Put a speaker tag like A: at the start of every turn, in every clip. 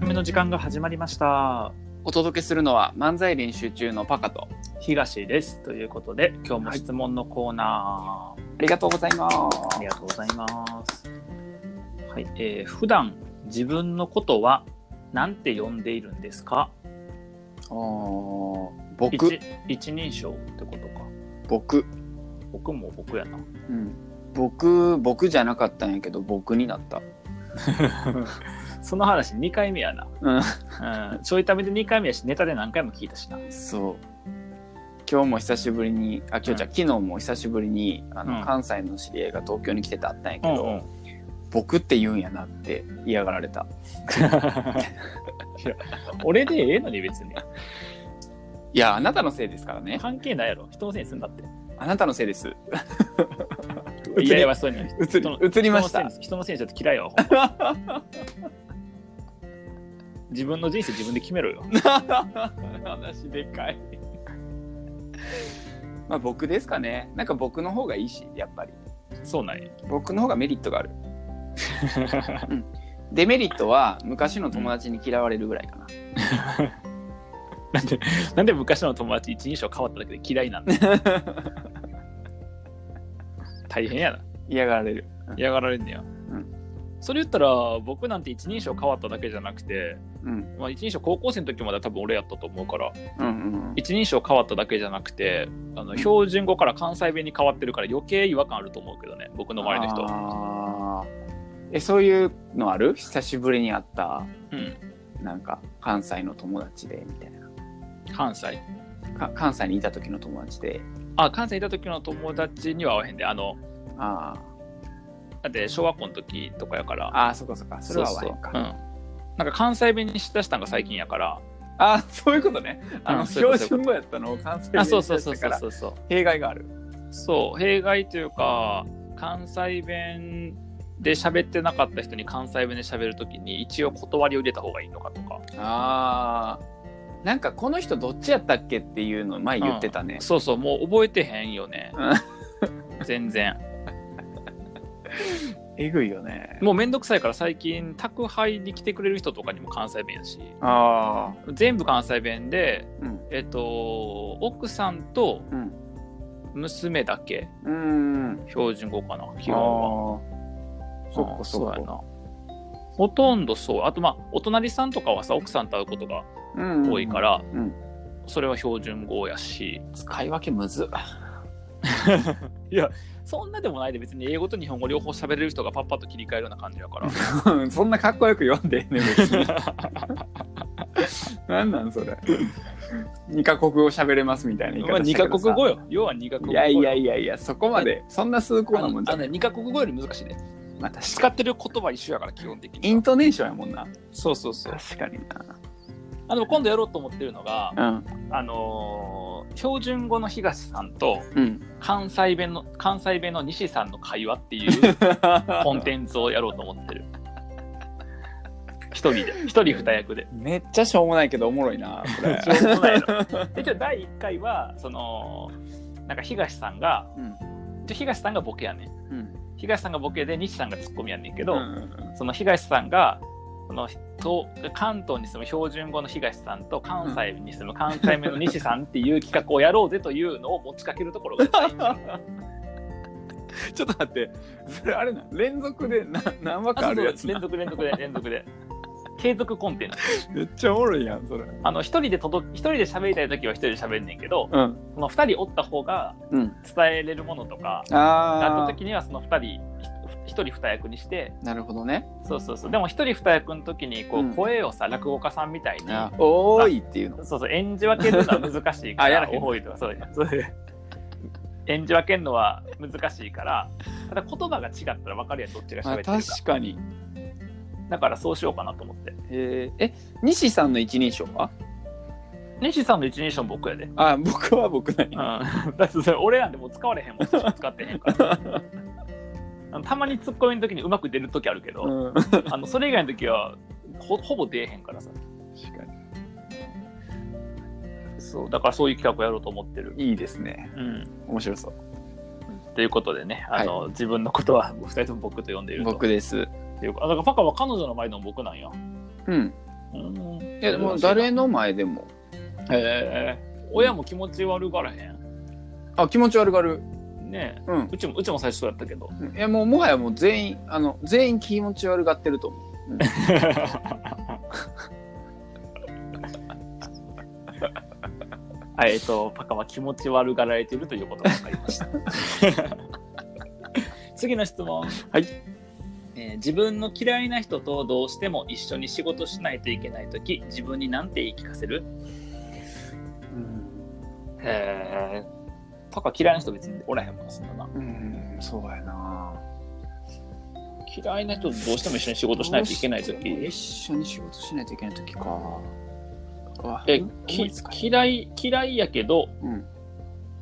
A: めの時間が始まりました。
B: お届けするのは漫才練習中のパカと。
A: 東です。ということで、今日も質問のコーナー、
B: ありがとうございます。
A: ありがとうございます。はい、えー普段自分のことはなんて呼んでいるんですか
B: おー
A: 一
B: 僕、
A: 一人称ってことか。
B: 僕、
A: 僕も僕やな。
B: うん、僕、僕じゃなかったんやけど、僕になった。
A: その話2回目やな。
B: うん
A: うん、ちょいためで2回目やし、ネタで何回も聞いたしな。
B: そう今日も久しぶりにあ今日じゃ、
A: うん
B: 昨日も久しぶりにあの、
A: うん
B: 関西の知り合いが東京に来てたったんやけ
A: うん
B: ど、
A: うん。
B: 僕って言うんやなって嫌がられた
A: いや俺でええのに別に。
B: いやあなたのせいですからね
A: 関係ないやろ。人のせいにすんだって。
B: あなたのせいです 移り
A: 嫌いはそうに。
B: 移り移りました
A: 人のせいに人のせいにちょっと嫌い よ。自分の人生自分で決めろよ。
B: 話でかいまあ僕ですかねなんか僕の方がいいしやっぱり
A: そうなんや。
B: 僕の方がメリット があるデメリットは昔の友達に嫌われるぐらいかな
A: なんで、なんで昔の友達一人称変わっただけで嫌いなん だ大変やな。
B: 嫌がられる
A: 嫌がられんねや。それ言ったら、僕なんて一人称変わっただけじゃなくて、
B: うん
A: まあ、一人称高校生の時まで多分俺やったと思うから、
B: うんうん
A: 一人称変わっただけじゃなくてあの標準語から関西弁に変わってるから余計違和感あると思うけどね僕の周りの人、
B: あーえそういうのある久しぶりに会った
A: うん、
B: なんか関西の友達でみたいな
A: 関西
B: か関西にいた時の友達で
A: あ関西いた時の友達には会わへんであの
B: あ
A: だって小学校の時とかやか
B: ー
A: ら
B: あーそっかそっかそれは合わへんか
A: そうそううん、なんか関西弁にしだしたんが最近やから
B: あーそういうことねあの、
A: うんそういうことそ
B: 標
A: う
B: 準語やったのを関西
A: あ
B: 弁
A: そう
B: にし
A: そう
B: だ
A: そ
B: し
A: う
B: たか
A: そう
B: ら
A: そうそう
B: 弊害がある
A: そう弊害というか関西弁で喋ってなかった人に関西弁で喋るときに一応断りを入れた方がいいのかとか
B: あーなんかこの人どっちやったっけっていうの前言ってたね、
A: そうそうもう覚えてへんよね
B: うん
A: 全然
B: えぐいよね
A: もうめんどくさいから最近宅配に来てくれる人とかにも関西弁やし
B: あ
A: 全部関西弁で
B: あうん
A: えっと奥さんと
B: うん
A: 娘だけ
B: うーん
A: 標準語かな基
B: あ
A: 本は
B: ーそっ
A: うん
B: かそっか
A: やなほとんどそうあとまあお隣さんとかはさ奥さんと会うことが
B: うん
A: 多いから、
B: うんうん
A: それは標準語やし
B: 使い分けむず
A: いやそんなでもないで別に英語と日本語両方喋れる人がパッパッと切り替えるような感じやから
B: うん そんなかっこよく読んでんね別になんなんそれ二カ国語喋れますみたいな言い
A: まあ
B: 方し
A: 二
B: たけ
A: カ
B: ど
A: 国
B: さ
A: 語よ要は二カ国語
B: い
A: よ
B: やいやいやいやそこまでそんな崇高
A: あ
B: なもんじゃ
A: の
B: ない
A: ね二カ国語より難しいね
B: まあ確
A: 使
B: か
A: ってる言葉一緒やから基本的
B: にイン
A: に
B: トネーションやもんな
A: そうそうそう
B: 確かに
A: あの今度やろうと思ってるのが、
B: なうん
A: あのー標準語の東さんと
B: うん
A: 関西弁の関西弁の西さんの会話っていう コンテンツをやろうと思ってる一人で一人二役で
B: めっちゃしょうもないけどおもろいなこれ
A: しょうもないので今日第一回はそのなんか東さんが
B: うん
A: で東さんがボケやねん
B: うん
A: 東さんがボケで西さんがツッコミやねんけ
B: う
A: ど、
B: ん
A: その東さんがその東関東に住む標準語の東さんと関西に住む関西弁の西さんっていう企画をやろうぜというのを持ちかけるところが
B: ちょっと待ってそれあれな連続でな 何話か あるやつな
A: 連続連続で連続で継続コンテンツ
B: めっちゃおもろいやんそれ
A: あの一人で届一人で喋りたい時は一人で喋んねんけど
B: うん
A: その二人おった方が
B: うん
A: 伝えれるものとかあ
B: あ
A: った
B: あ
A: 時にはその二人ひ一人二役にして
B: なるほどね
A: そうそうそうでも一人二役の時にこ
B: うん
A: う声をさ、落語家さんみたいに
B: おーいっていうの
A: そうそう、演じ分けるのは難しいか
B: あや
A: ら、
B: らへん
A: 多いとか、そうそういう。演じ分けるのは難しいから、ただ言葉が違ったら分かるやん、どっちが
B: まあ
A: 喋ってるか。
B: 確かに
A: だからそうしようかなと思って。
B: えーえ西さんの一人称は
A: 西さんの一人称僕やで。うん。
B: あ僕は僕なり
A: だってそれ俺なんでもう使われへんもん、使ってへんから。あのたまにツッコミの時にうまく出る時あるけど、
B: うん確
A: あのそれ以外の時はほほぼ出えへんからさ。
B: か
A: そう、だからそういう企画やろうと思ってる。
B: にいいですね
A: うん。
B: 面白そう
A: ということでね、あの、自分のことは2人とも僕と呼んでいると。
B: 僕です
A: っていうか、あだからパカは彼女の前でも僕なんや。
B: うん
A: うんい
B: いやでも誰の前でも
A: えー親も気持ち悪がらへん
B: あ気持ち悪がる
A: ねえ
B: うん
A: うちもうちも最初そうやったけ ど
B: いやもうもはやもう全員あの全員気持ち悪がってると思う
A: はいえっとパカは気持ち悪がられているということが分かりました 次の質問
B: はい、
A: えー自分の嫌いな人とどうしても一緒に仕事しないといけない時自分に何て言い聞かせるへえパカ嫌いな人別におらへんもんなそんなな
B: うんそうやな
A: 嫌いな人とどうしても一緒に仕事しないといけない
B: どうしても一
A: 時
B: 緒に仕事しないといけない時かうわ
A: え
B: 思
A: き
B: いつかない
A: 嫌い嫌いやけど
B: うん、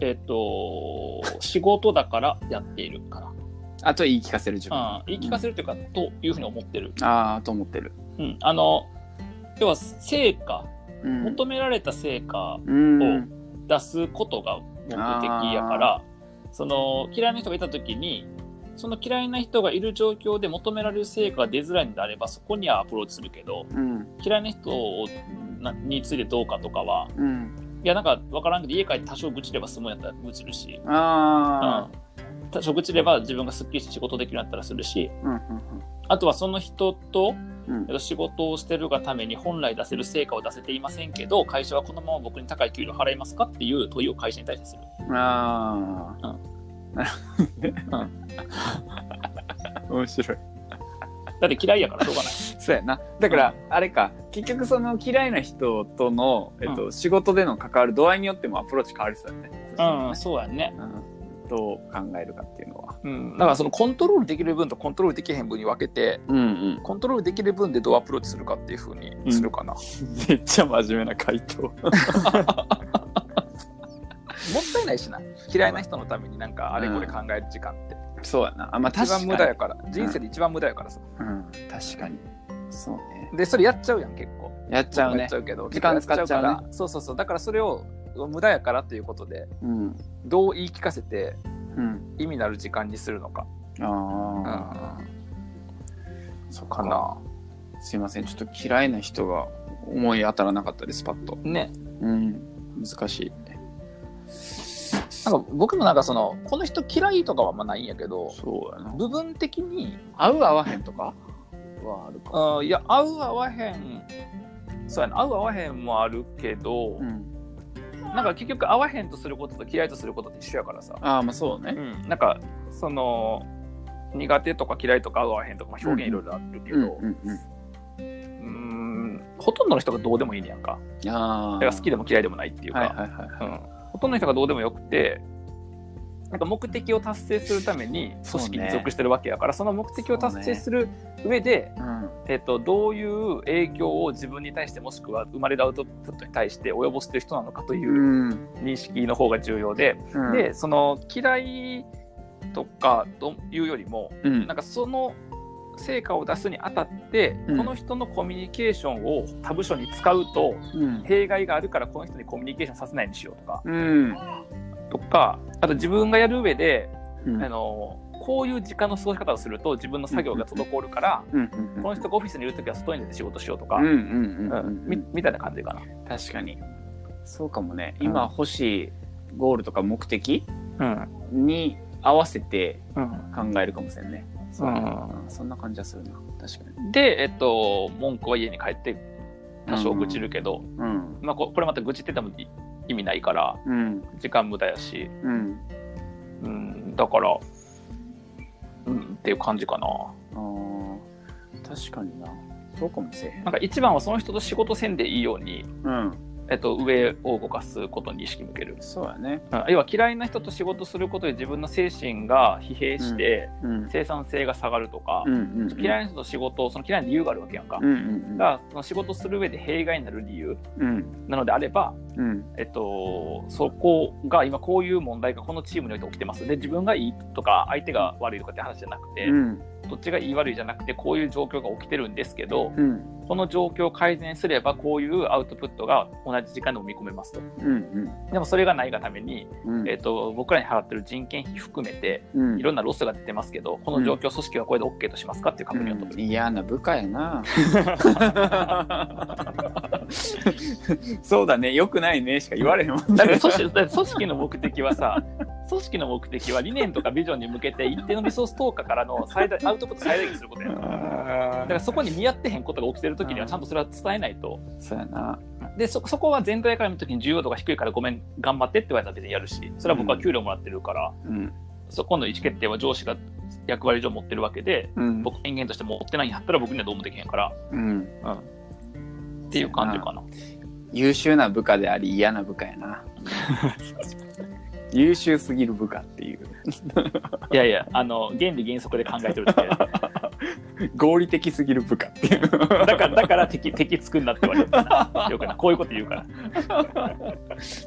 A: えっ、と仕事だからやっているかな
B: あと言い聞かせる自分
A: あ言い聞かせるというか、というふうに思ってる、
B: ああと思ってる
A: うん、あの要は成果
B: うん
A: 求められた成果
B: うん
A: 出すことが目的やから、その嫌いな人がいた時にその嫌いな人がいる状況で求められる成果が出づらいのであればそこにはアプローチするけど
B: うん
A: 嫌いな人をなについてどうかとかは
B: うん
A: いやなんか分からんけど家帰って多少愚痴れば済むんやったら愚痴るし、
B: ああ
A: うん、多少愚痴れば自分がすっきりして仕事できるんやったらするし
B: うんうん
A: あとはその人と
B: うんうん
A: えっと仕事をしてるがために本来出せる成果を出せていませんけど会社はこのまま僕に高い給料払いますかっていう問いを会社に対してする。
B: ああ、なるほどね。うん。面白い。
A: だって嫌いやからしょうがない。
B: そうやな。だから、あれか、結局その嫌いな人との、えっと、仕事での関わる度合いによってもアプローチ変わりそうやね。
A: うん、そうやね。
B: うん。どう考えるかっていうのは。
A: うん、だからそのコントロールできる分とコントロールできへん分に分けて、
B: うんうん。
A: コントロールできる分でどうアプローチするかっていうふうに
B: する
A: かな。
B: めっちゃ真面目な回答。
A: もったいないしな。嫌いな人のためになんかあれこれ考える時間って。
B: そうやな。あ、まあ
A: 一
B: 確か
A: 番
B: に。
A: 無駄やから。人生で一番無駄やからさ。
B: うん。確かに。そうね。
A: で、それやっちゃうやん、結構。
B: やっちゃう
A: や
B: ね
A: っち。ゃうけど。
B: 時間使っちゃうね
A: やからそうそうそう。だからそれを無駄やからということで、
B: うん。
A: どう言い聞かせて
B: うん。
A: 意味のある時間にするのか。
B: ああ、
A: う、
B: そうんか
A: か
B: な。
A: な。
B: すいません。ちょっと嫌いな人が思い当たらなかったです、パッと。
A: ね。
B: うん。難しい。
A: なんか僕もなんかその、この人嫌いとかはあんまないんやけど、
B: そうやな。
A: 部分的に
B: 合う合わへんとかはあるか。
A: あいや合う合わへんそうやな合う合わへんもあるけど、
B: うん。
A: なんか結局合わへんとすることと嫌いとすることって一緒やからさ、
B: ああ、まあそうね。
A: なんかその苦手とか嫌いとか合う合わへんとかまあ表現いろいろあるけ
B: うん
A: ど
B: うんうん。
A: うーんほとんどの人がどうでもいいねやんか
B: ああ。
A: だから好きで
B: だ
A: も嫌いでもないっていうか、
B: はいはいはいはい。
A: うん、ほとんどの人がどうでもよくてなんか目的を達成するために組織に属してるわけやからそ,、の目的を達成する上で、
B: うん。
A: えっと、どういう影響を自分に対してもしくは生まれるアウトプットに対して及ぼしてる人なのかという
B: うん。
A: 認識の方が重要で、でその嫌いとかというよりも
B: うん
A: なんかその成果を出すにあたって、
B: うん
A: この人のコミュニケーションを他部署に使うと
B: うん。
A: 弊害があるからこの人にコミュニケーションさせないようにしようとか
B: うん。
A: とかあと自分がやる上で、
B: うん
A: あのこういう時間の過ごし方をすると自分の作業が滞るから、
B: うん
A: この人がオフィスにいる時は外に出て仕事しようとか。
B: うんうんう
A: うんん
B: う
A: み
B: ん。
A: みたいな感じか
B: 確かに。そうかもね。今欲しいゴールとか目的
A: な。
B: に合わせて
A: うん
B: 考えるかもしれんね。そうね
A: う
B: うんそんな感じはするな。確かに。
A: で、えっと、文句は家に帰って多少愚痴るけど、
B: うん。
A: まあ、ここれまた愚痴っててもい意味ないから
B: うん。
A: 時間無駄やし、
B: うん。
A: うん、だから、うん、っていう感じかな。
B: あー確かになそうかもしれへん
A: なんか一番はその人と仕事せんでいいように、
B: うん
A: えっと、上を動かすことに意識向ける、
B: そうやね
A: うん、要は嫌いな人と仕事することで自分の精神が疲弊して
B: うん
A: 生産性が下がるとか、
B: んうん
A: 嫌いな人と仕事その嫌いな理由があるわけやんか、
B: うんうん
A: がその仕事する上で弊害になる理由
B: うん
A: なのであれば、
B: うん
A: えっと、そこが今こういう問題がこのチームにおいて起きてますで自分がいいとか相手が悪いとかって話じゃなくて、
B: うん
A: どっちがいい悪いじゃなくてこういう状況が起きてるんですけど
B: うん
A: この状況を改善すればこういうアウトプットが同じ時間でも見込めますと
B: うん
A: でもそれがないがために、
B: うんうん
A: えー、と僕らに払ってる人件費含めて
B: うん
A: いろんなロスが出てますけどこの状況組織はこれで OK としますかっていう確認を取る、
B: うん嫌な部下やな そうだねよくないねしか言われへんもん
A: だって組織だって組織の目的はさ組織の目的は理念とかビジョンに向けて一定のリソース投下からの最大アウトプット最大限にすることやんだからそこに見合ってへんことが起きてる時にはちゃんとそれは伝えないと
B: そうやな
A: でそそこは全体から見る時に重要度が低いからごめん頑張ってって言われたら別にやるしそれは僕は給料もらってるから、
B: うん
A: そこの意思決定は上司が役割上持ってるわけで
B: うん
A: 僕権限として持ってないんやったら僕にはどうもできへんから、
B: うん
A: っていう感じかな。
B: 優秀な部下であり嫌な部下やな優秀すぎる部下っていう
A: いやいや、あの、原理原則で考えてるだけ。だ
B: 合理的すぎる部下っていう
A: から、 だから敵、敵つくんなって言われるな。よくない。こういうこと言う から。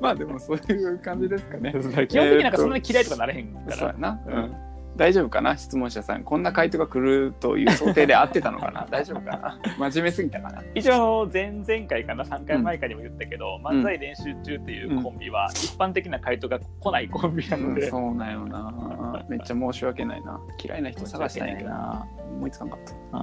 B: まあでもそういう感じですかね
A: 基本的になんかそんな
B: えーっ
A: に嫌いとかなれへん
B: と
A: か
B: そうや
A: ら。
B: な、うん、大丈夫かな質問者さんこんな回答が来るという想定で合ってたのかな大丈夫かな真面目すぎたかな
A: 一応、前々回かな、3回前かにも言ったけど、漫才練習中っていうコンビは、一般的な回答が来ないコンビな
B: う
A: の
B: ん
A: で、
B: そうなんよなめっちゃ申し訳ないな嫌いな人探したんやけどな思いつかんかった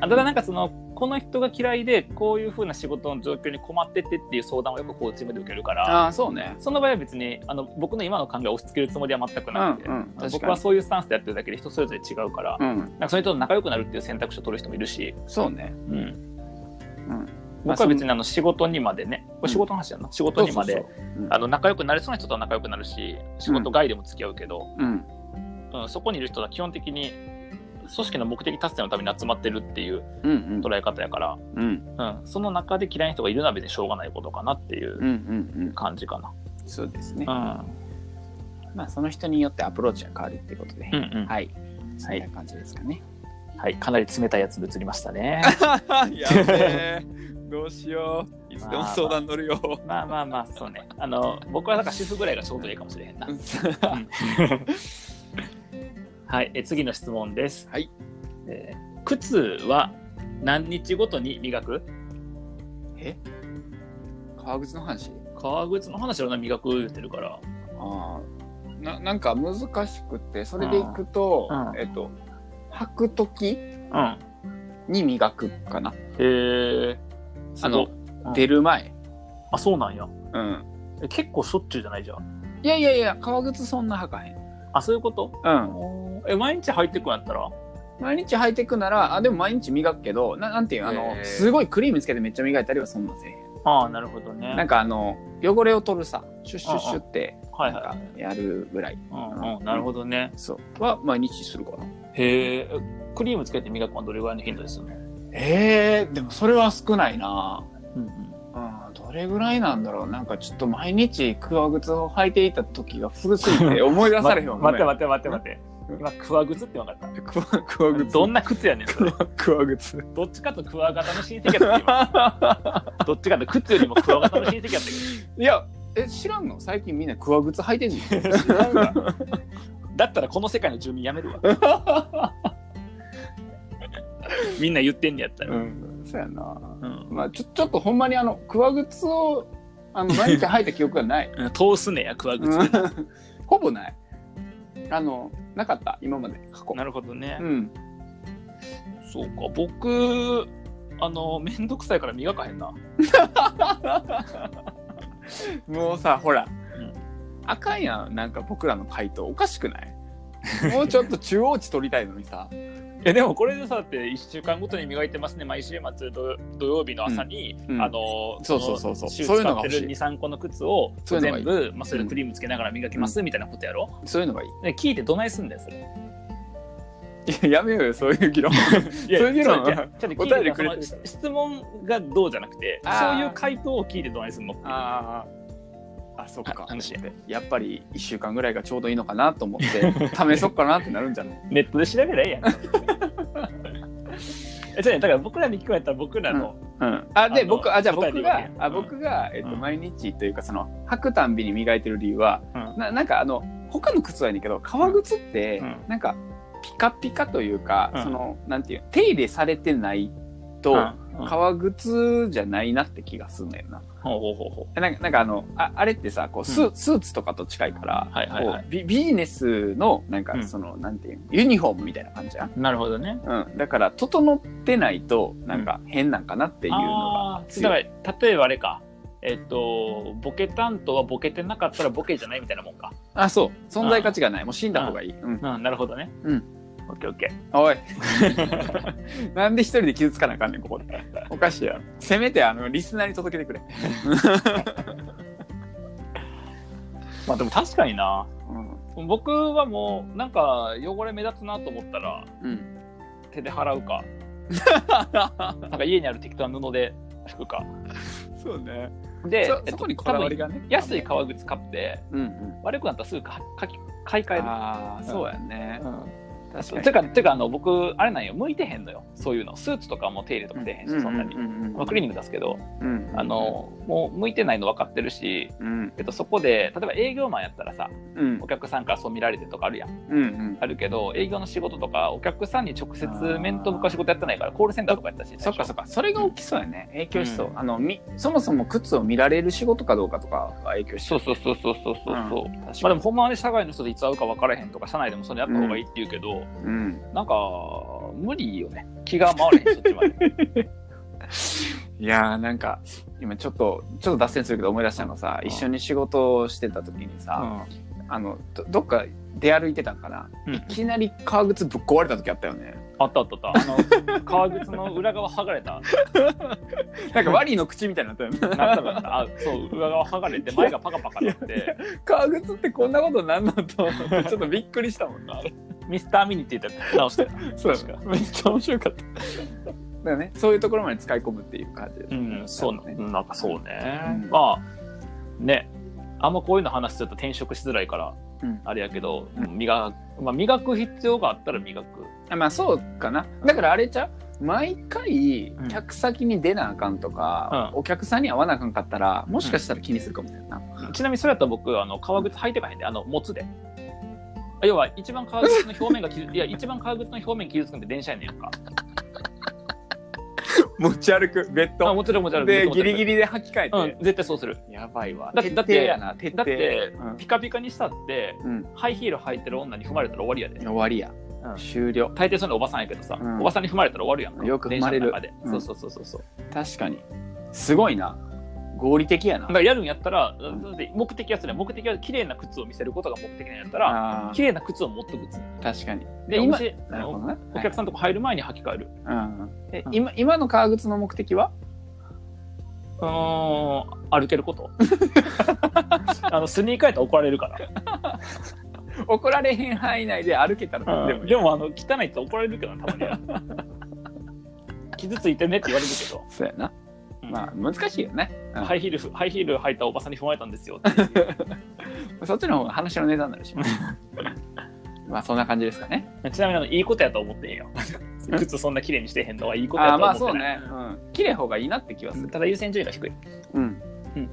A: あただなんかその、この人が嫌いで、こういうふうな仕事の状況に困っててっていう相談をよくコーチングで受けるから、
B: ああーそうね
A: その場合は別にあの僕の今の考えを押し付けるつもりは全くなくて、
B: うんうん確かに
A: 僕はそういうスタンスでやってるだけで人それぞれ違うから、
B: うん
A: なんかそれと仲良くなるっていう選択肢を取る人もいるし、
B: そうね
A: うん
B: うん
A: 僕は別にあの仕事にまでね、これ仕事の話やな、仕事にま
B: そ
A: で
B: うそうそううん
A: あの仲良くなれそうな人とは仲良くなるし仕事外でも付き合うけど、
B: うん
A: うんそこにいる人は基本的に組織の目的達成のために集まってるっていう
B: うんうん
A: 捉え方やから、
B: うん
A: うん、その中で嫌いな人がいるのは別にしょうがないことかなってい
B: うんう
A: うん
B: うん
A: 感じかな。
B: そうですね
A: うん
B: まあその人によってアプローチが変わるってことで
A: うんうん
B: はいそんな感じですかね
A: はい、かなり冷たいやつぶつりましたね。
B: やべえどうしようい
A: つでも相談
B: 乗るよ
A: まあまあまあ、そうね。あの、僕はだから主婦ぐらいがちょうどいいかもしれへんな。はい、え次の質問です。
B: はい
A: えー靴は何日ごとに磨く
B: え革靴の話
A: 革靴の話はな磨く言ってるから。
B: あーななんか難しくてそれでいくと
A: うんうん
B: えっと履く時
A: うん。
B: に磨くかな
A: へえ。
B: あ
A: あ
B: の
A: の、
B: 出る前
A: あ、そうなんや。
B: うん
A: え結構しょっちゅうじゃないじゃん。
B: いやいやいや革靴そんな履かへん
A: あ、そういうこと
B: うん
A: え、毎日履いてくんやったら
B: 毎日履いてくならあでも毎日磨くけどななんていうあの
A: へー
B: すごいクリームつけてめっちゃ磨いたりはそんなせえへん
A: ああ、なるほどね。
B: なんかあの汚れを取るさシュッシュッシュッって
A: はい
B: なん
A: は
B: か
A: い。
B: やるぐらい
A: うんうん、なるほどね。
B: そうは毎日するかな
A: へえ。クリームつけて磨くのはどれぐらいの頻度ですよね。
B: えー、でもそれは少ないな
A: うんうん。
B: うんどれぐらいなんだろうなんかちょっと毎日革靴を履いていた時が古すぎて思い出されへん わ
A: ま待って
B: ごめ
A: 待って待って待って。今、桑靴って分かった。
B: ん革革靴
A: どんな靴やねん、それ。
B: 革靴
A: どっちかとクワガタの親戚やった けど、どっちかと靴よりもクワガタの親戚やった
B: いやえ知らんの最近みんな革靴履いてんの
A: け ど知らん わ。だったらこの世界の住民やめるわ。 みんな言ってんねやったら。
B: んそうやな
A: うん
B: まあちょちょっとほんまにあの革靴をあの毎日履いた記憶が ない、
A: うん通すねや、クワ靴。
B: うんほぼないあのなかった今まで過去
A: なるほどね
B: う。ん
A: そうか、僕、あの、めんどくさいから磨かへんな。
B: もうさほら、
A: うん
B: あかんやんなんか僕らの回答おかしくないもうちょっと中央値取りたいのにさ
A: えでもこれでさだって1週間ごとに磨いてますね毎週末土土曜日の朝に、
B: うんうん
A: あの
B: そうそうそうそう
A: 週
B: そういう
A: 使
B: の
A: っ
B: が
A: て
B: 欲しい
A: る23個の靴を
B: そういうのがい
A: 全
B: い
A: 部まあ、それクリームつけながら磨きます、みたいなことやろ
B: そういうのがいい
A: で聞いてどないすんだよそれ
B: いややめようよそういう議論
A: いや
B: そういう議論
A: ちょっとちょっと聞い
B: お便
A: て
B: り
A: そ
B: くれて
A: の
B: る
A: 質質問がどうじゃなくて
B: あー
A: そういう回答を聞いてどないすんのっていう
B: あああそっか
A: 話や
B: やっぱり1週間ぐらいがちょうどいいのかなと思って試そっかなってなるんじゃない
A: ネットで調べりゃええやん えちょっとねだから僕らに聞こえたら僕らの、
B: うん、あで
A: あの
B: 僕あじゃあ
A: 答えて
B: 僕
A: いいわけ
B: が
A: ね
B: あ
A: うん
B: 僕が、えっと
A: うん
B: 毎日というかその履くたんびに磨いてる理由は、
A: うん
B: ななんかあの他の靴はやねんけど革靴って、
A: うん
B: なんかピカピカというか、
A: うん
B: その、なんていう、手入れされてないと、
A: うん
B: 革靴じゃないなって気がすんだよな。
A: ほうほうほうほ
B: なんか、なんかあの、ああれってさ、こうスー、スーツとかと近いから、
A: はいはいはい
B: こうビビジネスの、なん
A: う
B: か
A: ん
B: その、なんていう、ユニフォームみたいな感じじゃん。
A: うなるほどね
B: うん。だから、整ってないと、なんか変なんかなっていうのが。
A: あーだから例えばあれかえっとボケ担当はボケてなかったらボケじゃないみたいなもんか
B: あ、そう。存在価値がない。もう死んだ方がいい。うん。
A: うんなるほどね
B: うん
A: オッケーオッケ
B: おい。 なんで一人で傷つかなあかんねん、ここで。おかしいやろ。せめて、あの、リスナーに届けてくれ。
A: ーまあでも確かにな
B: うん。
A: 僕はもうなんか汚れ目立つなと思ったら
B: うん。
A: 手で払うか なんか家にある適当な布で拭くか
B: そうね。
A: で
B: そ
A: えっと
B: そこにこだわりがね
A: 多分。安い革靴買って
B: うんうん。
A: 悪くなったらすぐかかき買い替える
B: ああ、そうやね。確
A: てかてかあの僕あれなんよ向いてへんのよそういうのスーツとかも手入れとか出へんしそんなに、まあ、クリーニング出すけどあのもう向いてないの分かってるし、
B: うん
A: えっと、そこで例えば営業マンやったらさ
B: うん
A: お客さんからそう見られてとかあるやん
B: うんうん
A: あるけど営業の仕事とかお客さんに直接面と向かう仕事やってないからコールセンターとかやったし
B: そっかそっ
A: っ
B: かそれが大きそうやね影響しそう、あのみそもそも靴を見られる仕事かどうかとかが影響し
A: そ
B: そう
A: うそうそうそうそうそうそうまあ
B: 確か
A: で
B: に
A: もほんまに社外の人でいつ会うか分からへんとか社内でもそれやった方がいいって言うけど、
B: うん
A: なんか無理よね気が回れへんそっちま で
B: いやーなんか今ちょっとちょっと脱線するけど思い出したのがさ
A: うん
B: 一緒に仕事をしてた時にさ、あのどどっか出歩いてたんかな
A: うん
B: いきなり革靴ぶっ壊れた時あったよね
A: あったあったあったあの革靴の裏側剥がれた
B: なんかワリーの口みたいになったよね
A: なった分あそう裏側剥がれて前がパカパカなって
B: 革靴ってこんなことになんのと思って ちょっとびっくりしたもんな
A: ミスターミニって言ったら直して
B: そう
A: 確か
B: めっちゃ面白かった。だからね、そういうところまで使い込むっていう感じで
A: う
B: す
A: んそうねなんかそうね、
B: うん
A: まあねあんまこういうの話すると転職しづらいから、
B: うん
A: あれやけど、
B: う
A: 磨くまあ、磨く必要があったら磨く
B: あまあそうかな。だからあれちゃう毎回
A: ん
B: 客先に出なあかんとか、
A: う
B: お客さんに会わなあかんかったら、もしかしたら気にするかもしれんな
A: ちなみにそれやったら僕あの革靴履いてかへんであの持つで要は一番革靴の表面が 傷いや一番革靴の表面傷つくんで電車やねんやんか
B: 持ち歩く、ベッ
A: あ。もちろんもちろん
B: で、ギリギ
A: リ
B: リで履き替
A: う
B: え
A: ん絶対そうする
B: て。やばいわ
A: だって
B: 徹底やな、徹
A: だ
B: 底。
A: って
B: うん
A: ピカピカにしたって
B: うん。
A: ハイヒール履いてる女に踏まれたら終わりやで
B: 終わりや。
A: うん
B: 終了。
A: 大抵そういうのおばさんやけどさ、
B: うん
A: おばさんに踏まれたら終わるやんか
B: よく踏まれる
A: 電車の中で、
B: うん
A: そうそうそうそうそう
B: 確かに。すごいな。合理的やな
A: だか。らやるんやったら、
B: ん
A: だって目的はそれ目的は綺麗な靴を見せることが目的なんやったら
B: あー
A: 綺麗な靴を持っとくつ
B: 確かに。
A: で
B: 今
A: 今
B: なるほどね。
A: お客さんのとこ入る前に履き替える
B: うんえ
A: うん
B: 今今の革靴の目的は
A: うーん歩けること あのスニーカーやったら怒られるか
B: 怒られへん範囲内で歩けた
A: ら、
B: ら、
A: で
B: で
A: も
B: も
A: でもあの汚いって怒られるけどなたま に傷ついてねって言われるけど、
B: そうやな、
A: うん
B: まあ難しいよね、うん
A: ハイヒールハイヒール履いたおばさんに踏まれたんですよっていう
B: そっちの方が話の値段にな るしまあそんな感じですかね
A: ちなみにあのいいことやと思ってんよ靴そんな綺麗にしてへんのはいいこと
B: あ
A: や
B: あ
A: と
B: まあ
A: 思
B: そ
A: っ
B: う
A: てない、
B: ね、うん、綺麗方がいいなって気はする、
A: ただ優先順位が低い、
B: うん、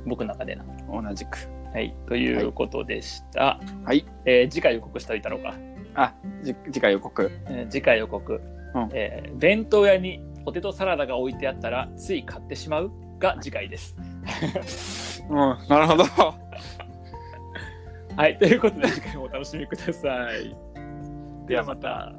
A: 僕の中でな
B: 同じく
A: はいということでした
B: はい、
A: えー次回予告しておいたろうか、
B: あじ次回予告
A: えー次回予告、
B: うん
A: えー弁当屋にポテトサラダが置いてあったらつい買ってしまうが次回です
B: うんなるほど
A: はいということで次回もお楽しみくださいではまた